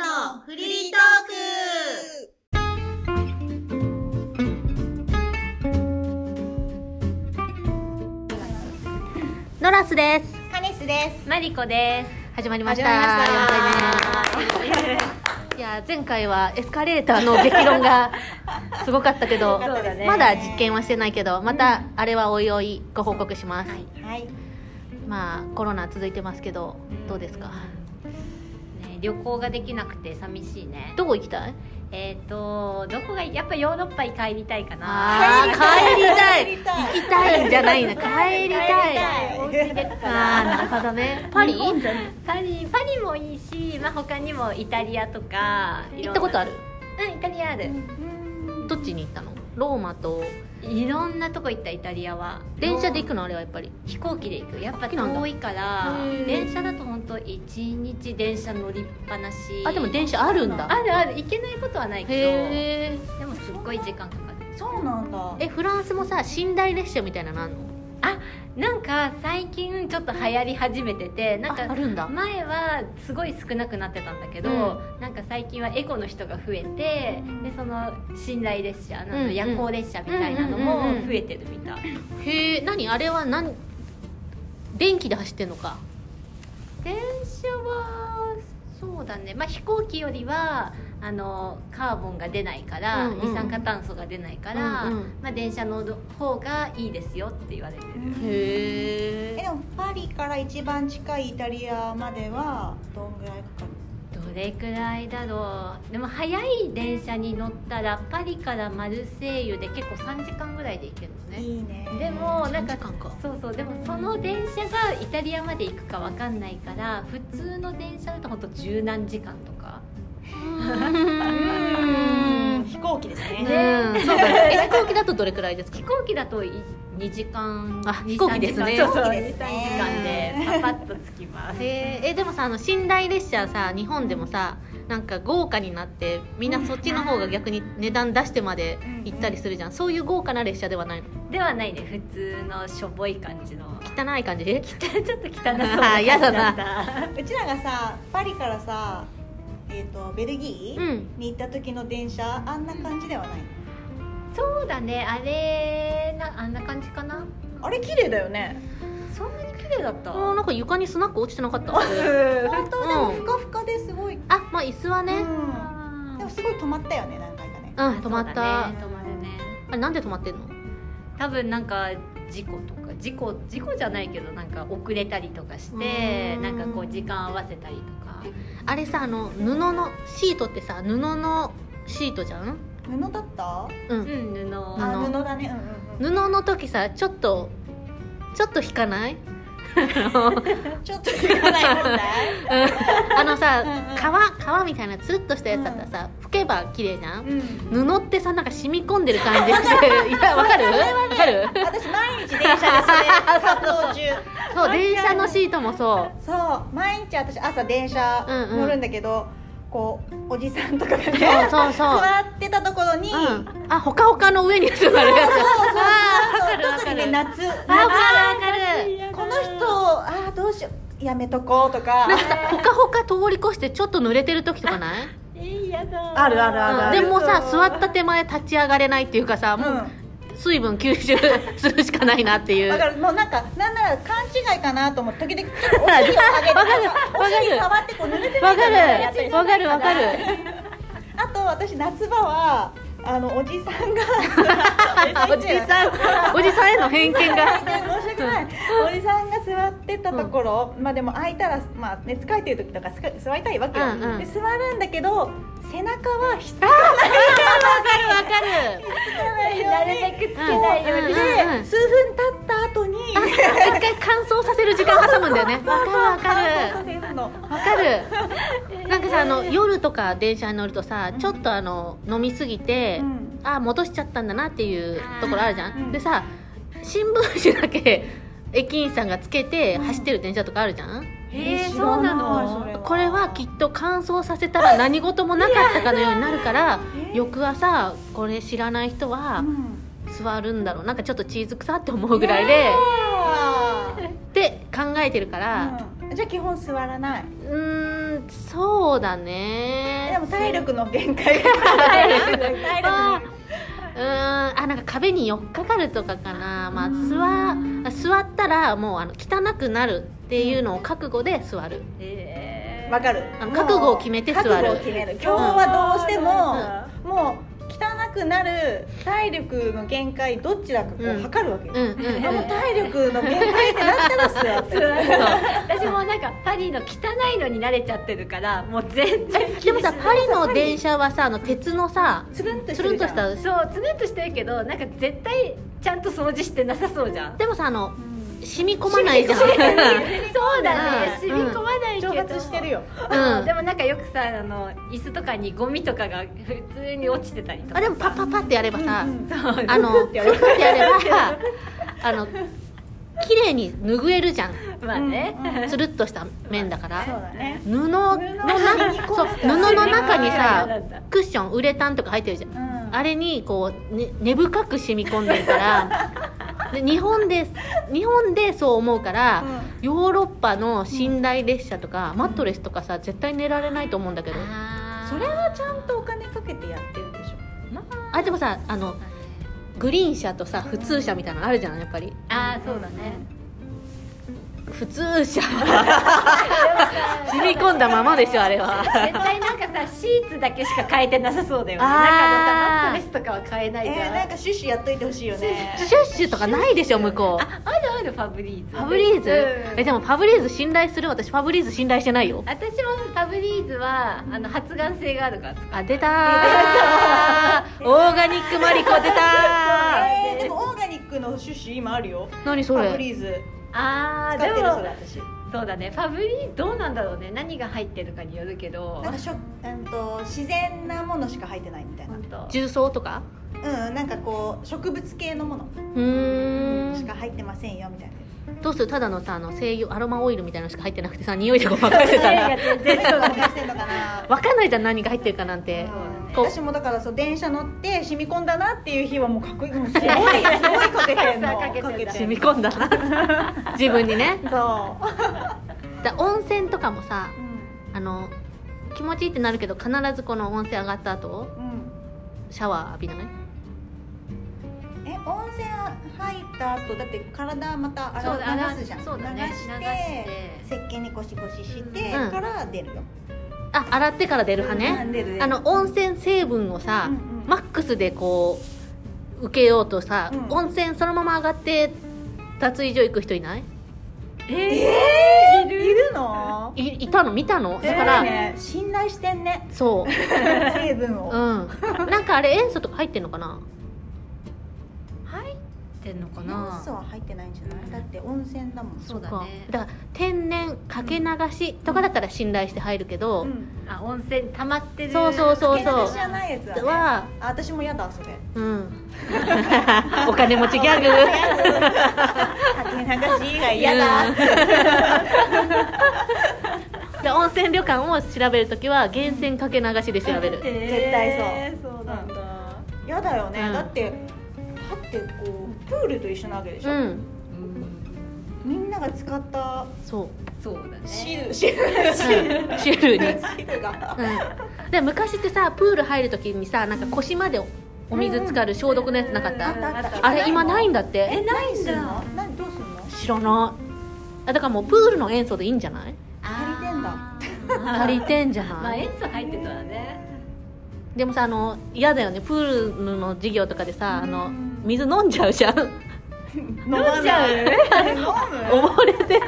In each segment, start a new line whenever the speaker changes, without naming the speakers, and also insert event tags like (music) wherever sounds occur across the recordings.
のフリートーク
ノラスです。
カネスです
マリコで
始まりました。
始まりま
いや前回はエスカレーターの激論 (laughs) がすごかったけど、
そうだね
まだ実験はしてないけど、またあれはおいおいご報告します。
したはい
まあコロナ続いてますけど、どうですか。
す、ね、旅行ができなくて寂しいね
どこ行きたい？
えっ、とどこがいいやっぱヨーロッパに帰りたいかな
あー帰りたい。
帰
行
りたい
きたいんじゃないの。帰りたい。
お家ですか
あ
ら
ーなるほどね。パリ？行
パリパリもいいし、まあ、他にもイタリアとかいろんな
ったことある？
うんイタリアある、
どっちに行ったの？ローマと
いろんなとこ行ったイタリアは
電車で行
く
くのあれはやっぱり。
飛行機で行くやっぱ
飛行機なんだ
遠いから
へー
電車だと本当一日電車乗りっぱなし
あでも電車あるんだ。
あるある行けないことはないけ
へえ。
どでもすっごい時間かかる
そうなんだ
えフランスもさ寝台列車みたいなのあんの
なんか最近ちょっと流行り始めててなん
ああ
か
るんだ
前はすごい少なくなってたんだけど、
う
なんか最近はエコの人が増えてでその寝台列車あ
うんう
の
ん
夜行列車みたいなの
うんうんうん
も
うん
増えてるみたい、
へえ何あれは何電気で走ってんのか
電車はそうだね、まあ、飛行機よりはあのカーボンが出ないから、
うんうん
二酸化炭素が出ないから、
うんうん
まあ、電車の方がいいですよって言われてる、
へ
えでもパリから一番近いイタリアまではどんぐらいかかる
どれくらいだろうでも早い電車に乗ったらパリからマルセイユで結構3時間ぐらいで行けるのね
いいね
でもなんか
時間か
そうそうでもその電車がイタリアまで行くかわかんないから普通の電車だとほんと十何時間とか
うん
飛行機ですね
うんそうだねえ飛行機だとどれくらいですか
飛行機だとい2時間
あ
2
飛行機ですね
3時間そう
飛
そ
行
う
機です
23時
ね
間でパパッと着きます
へーえでもさあの寝台列車さ日本でもさなんか豪華になってみんなそっちの方が逆に値段出してまで行ったりするじゃんそういう豪華な列車ではないの
ではないね普通のしょぼい感じの
汚い感じ
ちょっと汚そうな
あ
感
ー
じ
やだ
だ
な
った
うちらがさパリからさえっとベルギ
う
ー
ん
に行った時の電車あんな感じではない
そうだねあれなあんな感じかな
あれ綺麗だよね
そんなに綺麗だった
もうなんか床にスナック落ちてなか (laughs) っ
(laughs)
た
本当でもふかふかですごい
あまあ椅子はね
うん
あー
でもすごい止まったよね何回かね
うん止まった、
あそうだね止まるね
あれなんで止まってんの
多分なんか事故とか事故事故じゃないけどなんか遅れたりとかして
うん
なんかこう時間合わせたりとか
あれさあの布のシートってさ布のシートじゃん
布だった
う
うんん布
あ
あ
の
布だねうんうん
布の時さちょっとちょっと引かない
うんちょっと行かない問題
(laughs) あのさ
うんうん
皮皮みたいなツルッとしたやつだったらさ拭けば綺麗じゃん
うん
布ってさなんか染み込んでる感じがしていやわかるわかる
私毎日電車でそれ活動中
そう電車のシートもそう
そう毎日私朝電車
うんうん
乗るんだけどこうおじさんとかがね
そうそうそう
座ってたところに
う
そうん
あほかほかの上に座るやつ
そう
るわ
特
か
に
る
ね夏
あわかるわかる
この人ああどうしようやめとこうとか
なんかさほかほか通り越してちょっと濡れてる時とかない
えーやだ
あるあるある
う
あ
ん
る
でもさ座った手前立ち上がれないっていうかさ
う
もうん水分吸収するしかないなっていう
わかるもうなんかなんなら勘違いかなと思って時々ちょっとお尻を上げてお尻触ってこう濡れてない
わか
からやったりす
る
る
わかるわかる
あと私夏場はあのおじさんが
(laughs) おじさんおじさんへの偏見が
申し訳ないおじさんが座ってたところ、まあでも空いたら、まあね、疲れてる時とかすか座りたいわけよ、
うんうん
で座るんだけど背中はひっつか
わかるわかる
ないよ
な
う
る
に
べくつけないように
うんうんうん
で数分経った後に
一回乾燥させる時間挟むんだよねわかるわか
乾燥さ
る
せるの
わかるなんかさあの夜とか電車に乗るとさちょっとあの飲みすぎて、
うん
あ戻しちゃったんだなっていうところあるじゃ
うん
んでさ新聞紙だけ駅員さんがつけて
うん
走ってる電車とかあるじゃん、
えーそうな
知らないそ
の
れ
これはきっと乾燥させたら何事もなかったかのようになるから
えー
翌朝これ知らない人は
うん
座るんだろうなんかちょっとチーズ臭って思うぐらいで
あー
って考えてるから
うんじゃあ基本座らない。
うーんそうだ
で
ね
も体力の限界が
体力
体
あ
力
ーうーんあなんか壁に寄っかかるとかかな、まあ、
うん
座座ったらもうあの汚くなるっていうのを覚悟で座る
え
わかる
あの覚悟を決めて座る
覚悟を決める今日はどうしても、もう汚くなる体力の限界どっちだかこう
うん
測るわけよ、
うんうんうん
あもう体力の限界ってなったら座
(laughs)
ってる
私もなんかパリの汚いのに慣れちゃってるからもう全然
でもさパリの電車はさあの鉄のさ
つるんとし
つ
て
る
る
ん
じ
と
ゃん
した
そうつねっとしてるけどなんか絶対ちゃんと掃除してなさそうじゃん
でもさあの
うん
染み込まないじゃん
そうだね
うん
染み込まないけど
蒸発してるよ
うん
でもなんかよくさあの椅子とかにゴミとかが普通に落ちてたりとか
あでもパッパッパってやればさ、
うんうん
そう
あの
ふ
ふ
っ
ってて
や
(laughs) や
れ
れ
ば
ばあの綺麗に拭えるじゃん
まあね、
うんうん
つるっとした面だから
そうだね
布のなそう布の中に
あな
さ
んだ
クッションウレタンとか入ってるじゃん
うん
あれにこう、ね、根深く染み込んでるからで日本で日本でそう思うから、ヨーロッパの寝台列車とか、マットレスとかさ絶対寝られないと思うんだけど
あー
それはちゃんとお金かけてやってるでしょ
まあ
あでもさあのグリーン車とさ普通車みたいなのあるじゃんやっぱり
あーそうだね
普通車は染み込んだままでしょあれは
絶対なんかさシーツだけしか変えてなさそうだよね
あー
なんかあのさマットレスとかは変えない
え
じゃ
ー、
ん、
なんかシュッシュやっといてほしいよね
シュッシュとかないでしょ向こう
ああるあるファブリー
フ
ズ
ァブリーズ、
うん
えでもファブリーズ信頼する私ファブリーズ信頼してないよ
私もファブリーズはあの発がん性があるから使う
あ出た
(laughs)
ーオーガニックマリコ出た
えー、でもオーガニックのシュッシュ今あるよ
ー何そ
ファブ
れ
リーズ
あ
使っ
ー
て
で
るそれ
も
私
そうだねファブリーズどうなんだろうね何が入ってるかによるけど
なんかしょ、うん、と自然なものしか入ってないみたいな
ほんと
重曹とか
うんなんかこう植物系のもの
うー
し
ん
か入ってませんよみたいな
どうするただのさあの精油アロマオイルみたいなのしか入ってなくてさ匂いとか任せたら
全然そうだ
何してんのかな
分かんないじゃん何が入ってるかなんて
うん
こう
私もだからそう電車乗って染み込んだなっていう日はもうかっこいいもうすごいすご (laughs) いかけてんの
かけてんだ
染み込んだな自分
(laughs)
にね
そう、
だ温泉とかもさ
う
あの気持ちいいってなるけど必ずこの温泉上がった後
ん
シャワー浴びない
うん、え温泉入った後だって体また
そうだ
洗う流すじゃん
(laughs) そうだね
流して
流して
石鹸にゴシゴシして
うん
から出るよ、
あ洗ってから出る派ね、
うん出る出る
あの温泉成分をさ、
うんうん
マックスでこう受けようとさ、
うん
温泉そのまま上がって脱衣所行く人いない
えー、いるの
いいたの見たのだか
え
ら、
ーね信頼してんね
そう
成分
うん
を、
なんかあれ塩素とか入ってんのかな
入ってんのか
塩
な
素は入ってないんじゃないだって温泉だもん
そうだね
かだから天然かけ流しとかだったら信頼して入るけど、
ん
あ温泉溜まってる
そうそうそう
私
そう
じゃないやつは,、ね、
は
あ私も嫌だそれ
うんお金持ちギャグ
かけ流しが
嫌
嫌
だ
だ、
で温泉旅館を調べるときは源泉かけ流しで調べる、
え
そうそう
う
なんだ、
嫌だよね、
うん
だってだってこうプールと一緒なわけでし
う
ょ、
ん
うん
みんなが使った
そう
そうだね
汁汁
うんシュールに、
汁が
うん、で昔ってさプール入るときにさなんか腰までおお水浸かる消毒のやつなかっ
あ
た、
ったあった
あれ今ないんだっ
え
て
ないんだ何どうすんの
知らないあだからもうプールの塩素でいいんじゃない
あー
足りてんじゃ
まあ
ない、
塩素入ってたらね
でもさあの嫌だよねプールの授業とかでさあの
うん
水飲んじゃうじゃん (laughs)
飲ま
飲んじゃう
飲む
溺れ (laughs) て飲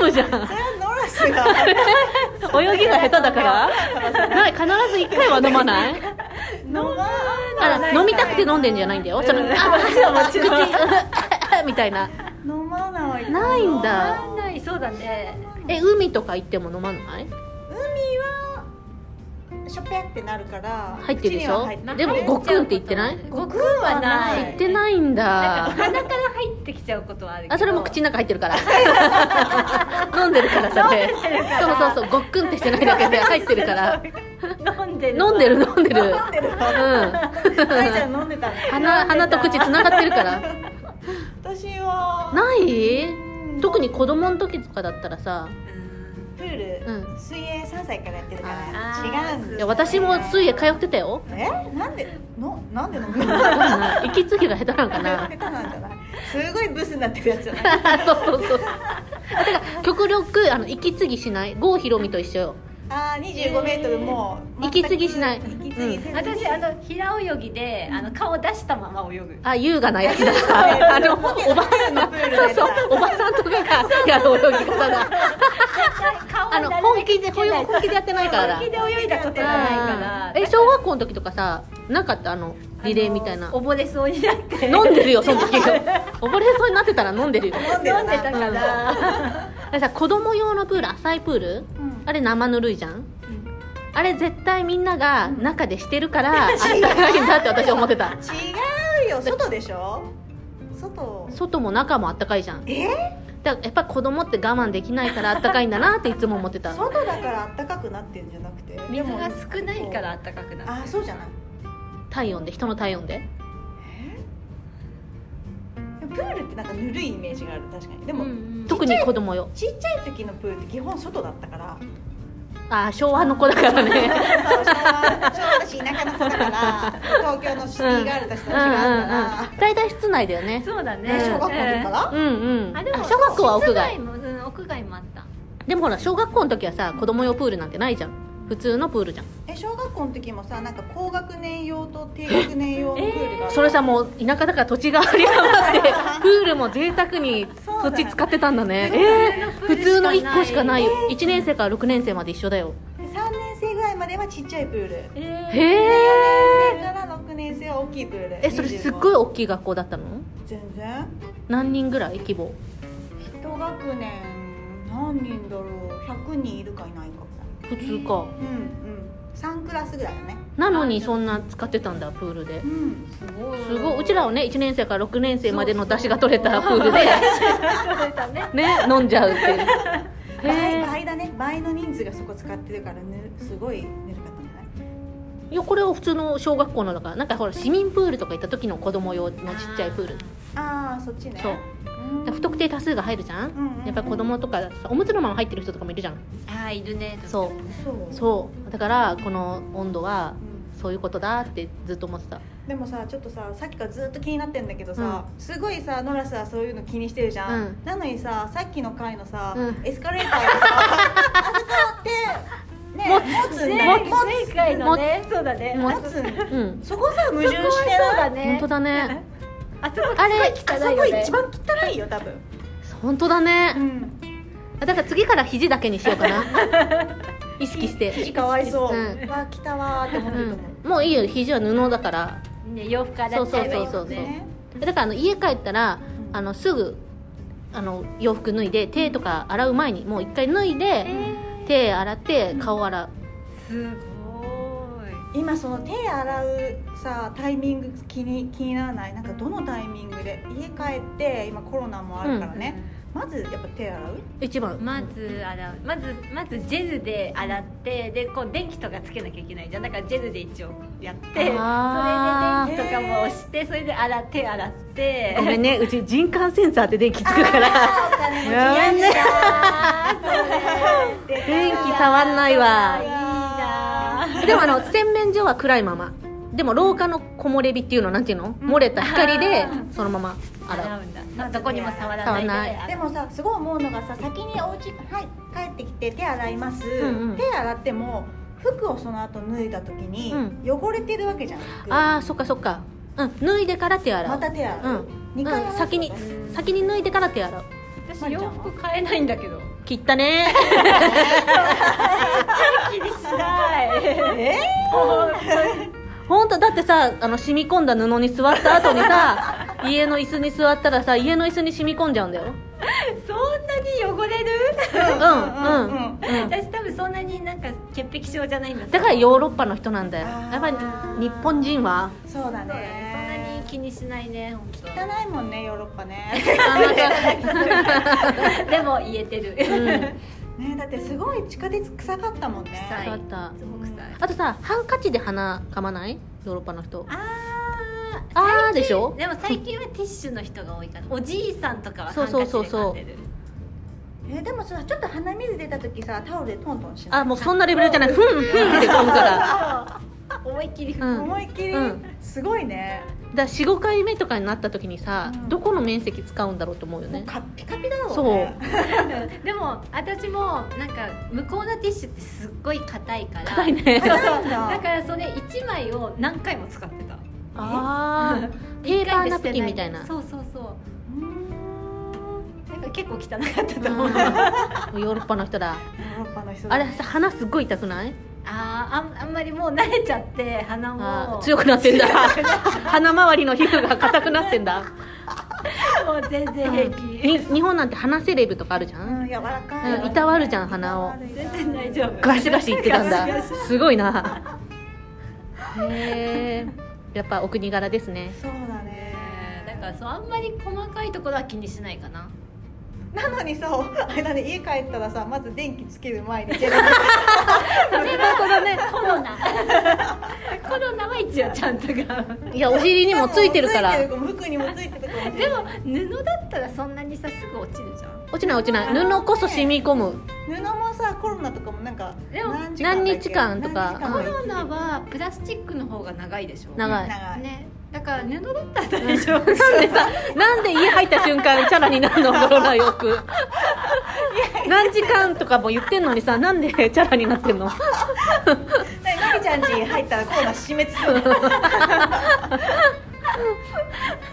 むじゃん
それはノラスが
泳ぎが下手だから
(laughs)
な必ず一回は飲まない
飲ま
あら飲みたくて飲んでんじゃないんだよ
(laughs)
そのあ口う (laughs) っみたいな
飲まない
ないんだ
わかんないそうだね
え海とか行っても飲まない
海はしょぺってなるから
入ってるでし
口には
ょ
入ってる
でもごくんって言ってない
ごくんはない
ごくんは
言ってないん
なんか
だ
鼻から入ってきちゃうことはあるけど
あそれも口の中入ってるから飲んでるから (laughs) さねそうそうそうごっくんってしてないだけで入ってるから
飲んでる
飲んでる飲んでるうん
飲んでるわ愛ちゃん飲んでたの
鼻鼻と口つながってるから
私は
ない
うん
特に子供の時とかだったらさ
うん
プール、
うん
水泳3歳からやってるか
あー
ら違うんです
いや私も水泳通
っ
ってたよ
えなんでのなんでの
わかんない息継ぎが下手なんか
下
な (laughs)
手なんじゃないすごいブスになってるやつじゃない
そうそうそうだから極力あの息継ぎしない郷ひろみと一緒よ
ああ25メートルもう全く
息継ぎしない
息継ぎせずに
私あの平泳ぎであの顔出したまま泳ぐ
あ優雅なやつだあ
あの
のおば
プールのプール
そう
で
そうおばさんとかがやる泳ぎ方が
顔
あの本気で本気でやってないからだ
本気で泳いだことがないから
うんえ小学校の時とかさなかったあのリレーみたいな
溺れそうになって
飲んでるよその時溺れそうになってたら飲んでるよ
飲んで
飲
た
んでた
な
から
でさ子供用のプール浅いプールあれ生ぬるいじゃん
うん
あれ絶対みんなが中でしてるからあったかいんだって私思ってた
違うよ外でしょ外
外も中もあったかいじゃん
え
だからやっぱ子供って我慢できないからあったかいんだなっていつも思ってた
外だから暖かくなってんじゃなくて
水が少ないから暖かくなる
あそうじゃない
体温で人の体温で
プールってなんかぬるいイメージがある確かにでも、
特に子供よ
ちっちゃい時のプールって基本外だったから
あー昭和の子だからね
そう昭和昭和だし田舎の子だから東京のシティガールたちと
うん
は
うんう
違
ん
うから、
大体室内だよね
そうだね
ね小学校の時から、
うんうん
あでも
あ小学校は屋外
室もうん屋外もあった
でもほら小学校の時はさ子供用プールなんてないじゃん普通のプールじゃん
え小学校の時もさなんか高学年用と低学年用のプールがある、
それさもう田舎だから土地があり余ってプールも贅沢に土地使ってたんだね
そうだよ
えー、普通の1個しかないいよ1年生から6年生まで一緒だよ
で3年生ぐらいまではちっちゃいプール
へ
え
4年
ー
生
え
から6年生は大きいプール
えそれすっごい
い
大きい学校だったの
全然
何人ぐらい規模
一学年何人だろう100人いるかいないかぐらい
普通か
うんうん3クラスぐらいだね
なのにそんな使ってたんだプールで
うん
すごい
すごいうちらはね1年生から6年生までの出汁が取れたプールで
取れたね
ね飲んじゃうっていうへ
倍
え
倍だね倍の人数がそこ使ってるからぬすごいぬるかったんじゃない
(laughs) いやこれは普通の小学校のだからなんかほら市民プールとか行った時の子供用のちっちゃいプール
ああそっちね
そうだから不特定多数が入るじゃ
う
ん、
んうんうん
やっぱり子供とかさおむつのまま入ってる人とかもいるじゃん
あーいるね
そう
そう
そうだからこの温度は
うん
そういうことだってずっと思ってた
でもさちょっとささっきからずっと気になってんだけどさ、すごいさノラスはそういうの気にしてるじゃん、
うん
なのにささっきの回のさ、
うん
エスカレーターがさあそこってね
持
持つんだ
ね
よ
持
前回のねそうだね
持
持つんだよ
うん
そこさ矛盾してる
本当だね
あそこ
あれ
あそこ一番汚いよ多分、
本当だね
ん、
だから次から肘だけにしようかな (laughs) 意識して
肘かわいそう、
うん
わ来たわーって思ってると思う、
うんもういいよ肘は布だから
ね洋服洗っちゃえばいいもん
そうそうそう
ね
ね
だからあの家帰ったらあのすぐあの洋服脱いで手とか洗う前にもう一回脱い
え
で
ー
手洗って顔洗う
すごい
今その手洗うさタイミング気に気にならないなんかどのタイミングで家帰って今コロナもあるからね、まずやっぱ手洗う
一番
まず洗うまずまずジェルで洗ってでこう電気とかつけなきゃいけないじゃんだからジェルで一応やってそれで電
あー
気とかも押してそれで洗って洗って
ごめんねうち人感センサーって電気つく
(laughs)
から
お金持ち
やめ
やだ
電気触んないわ
いいなー
でもあの洗面所は暗いままでも廊下の木漏れ日っていうのなんていうの
うん
漏れた光で
あー
そのまま洗
洗
う
うんだまあどこにも触らないで
触らない
でもさすごい思うのがさ先にお家はい帰ってきて手洗います、
んうん
手洗っても服をその後脱いだ時に
う
汚れてるわけじゃん、服
ああそっかそっかうん脱いでから手洗う
また手洗
う
う、
ん
二回洗う
うん先に先に脱いでから手洗う
私洋服買えないんだけど
切ったね
気にしない (laughs)
え
本当だってさあの染み込んだ布に座った後に (laughs) さ家の椅子に座ったらさ家の椅子に染み込んじゃうんだよ
そんなに汚れる
うんうんうん
(laughs) 私多分そんなになんか潔癖症じゃないんだ
だからヨーロッパの人なんだよ
あー
やっぱり日本人 (laughs) は
そうだ
そうだねそんな
ね
に気にしないね本
汚いもんねヨーロッパね
あーなんか
当。でも言えてる
うん
ねだってすごい地下鉄臭かったもんね
臭い
あった
すごく臭い
あとさハンカチで鼻噛まないヨーロッパの人
あ
あーでしょ
ーでも最近はティッシュの人が多いからおじいさんとかは
そ
ハ
う
ン
そう
カチで
そうそう
噛んでる
えでもさちょっと鼻水出た時さタオルでトントンしない
あもうそんなレベルじゃないふんふんって飛ぶから
思いっきり
うん
思いっきり、
うん
すごいね
だ45回目とかになった時にさ、
うん
どこの面積使うんだろうと思うよ
もう
ね
カッピカピだろ (laughs)
そう
ね
でも私もなんか向こうのティッシュってすっごい硬いから
硬いね
そうそう
硬いんだ
だからそれ一枚を何回も使ってた
ああ
(laughs)
ペーパーナプキンみたいな
そうそうそ
ー
ううなんか結構汚かった
う
と
ん
思
も
う、
う
あー
ヨーロッパの人だ
んヨーロッパの人だ
あれさ鼻すっごい痛くない
あんあんまりもう慣れちゃって鼻
あ
も
ー強くなってんだ (laughs) 鼻周りの皮膚が硬くなってんだ
もう全然平気、
に日本なんて鼻セレブとかあるじゃん、
うん柔らかい、
うんいたわるじゃん鼻を
全然大丈夫
ガシガシ言ってたん
ガ
だ
シ
すごいなへえやっぱお国柄ですね
そうだね
えーだからそうあんまり細かいところは気にしないかな
なのにさあれだね家帰ったらさまず電気つける前にジェル
コロナコロナは一応ちゃんとが
いやお尻にもついてるか
つい
ら
てる服にもついてるかもしれない
でも布だったらそんなにさすぐ落ちるじゃん
落ちない落ちない布こそ染み込む
布もさコロナとかもなんか
でも
何時間だっけ
何日間とか
何日間
うん
コロナはプラスチックの方が長いでしょ
長い
長い
ねだから布だったら大丈夫
なんで家入った瞬間チャラになるのコロナよく何時間とかも言ってんのにさなんでチャラになってんの
ねのりちゃん家入ったらコロナ死滅するね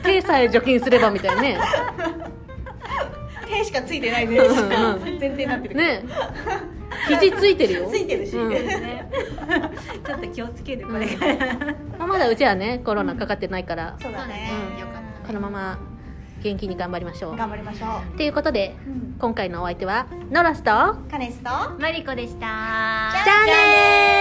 手さえ除菌すればみたいなね
手しかついてないね
うんうん
前提になってるけ
ね肘ついてるよ
ついてるし
うん
(laughs) ねちょっと気をつけるこれから、
まあまだうちはねコロナかかってないから
どそうだね
うんよかっ
このまま元気に頑張りましょう
頑張りましょ
ということで
う、うん、
今回のお相手はノラスと
カネスと
マリコでした
じゃあねー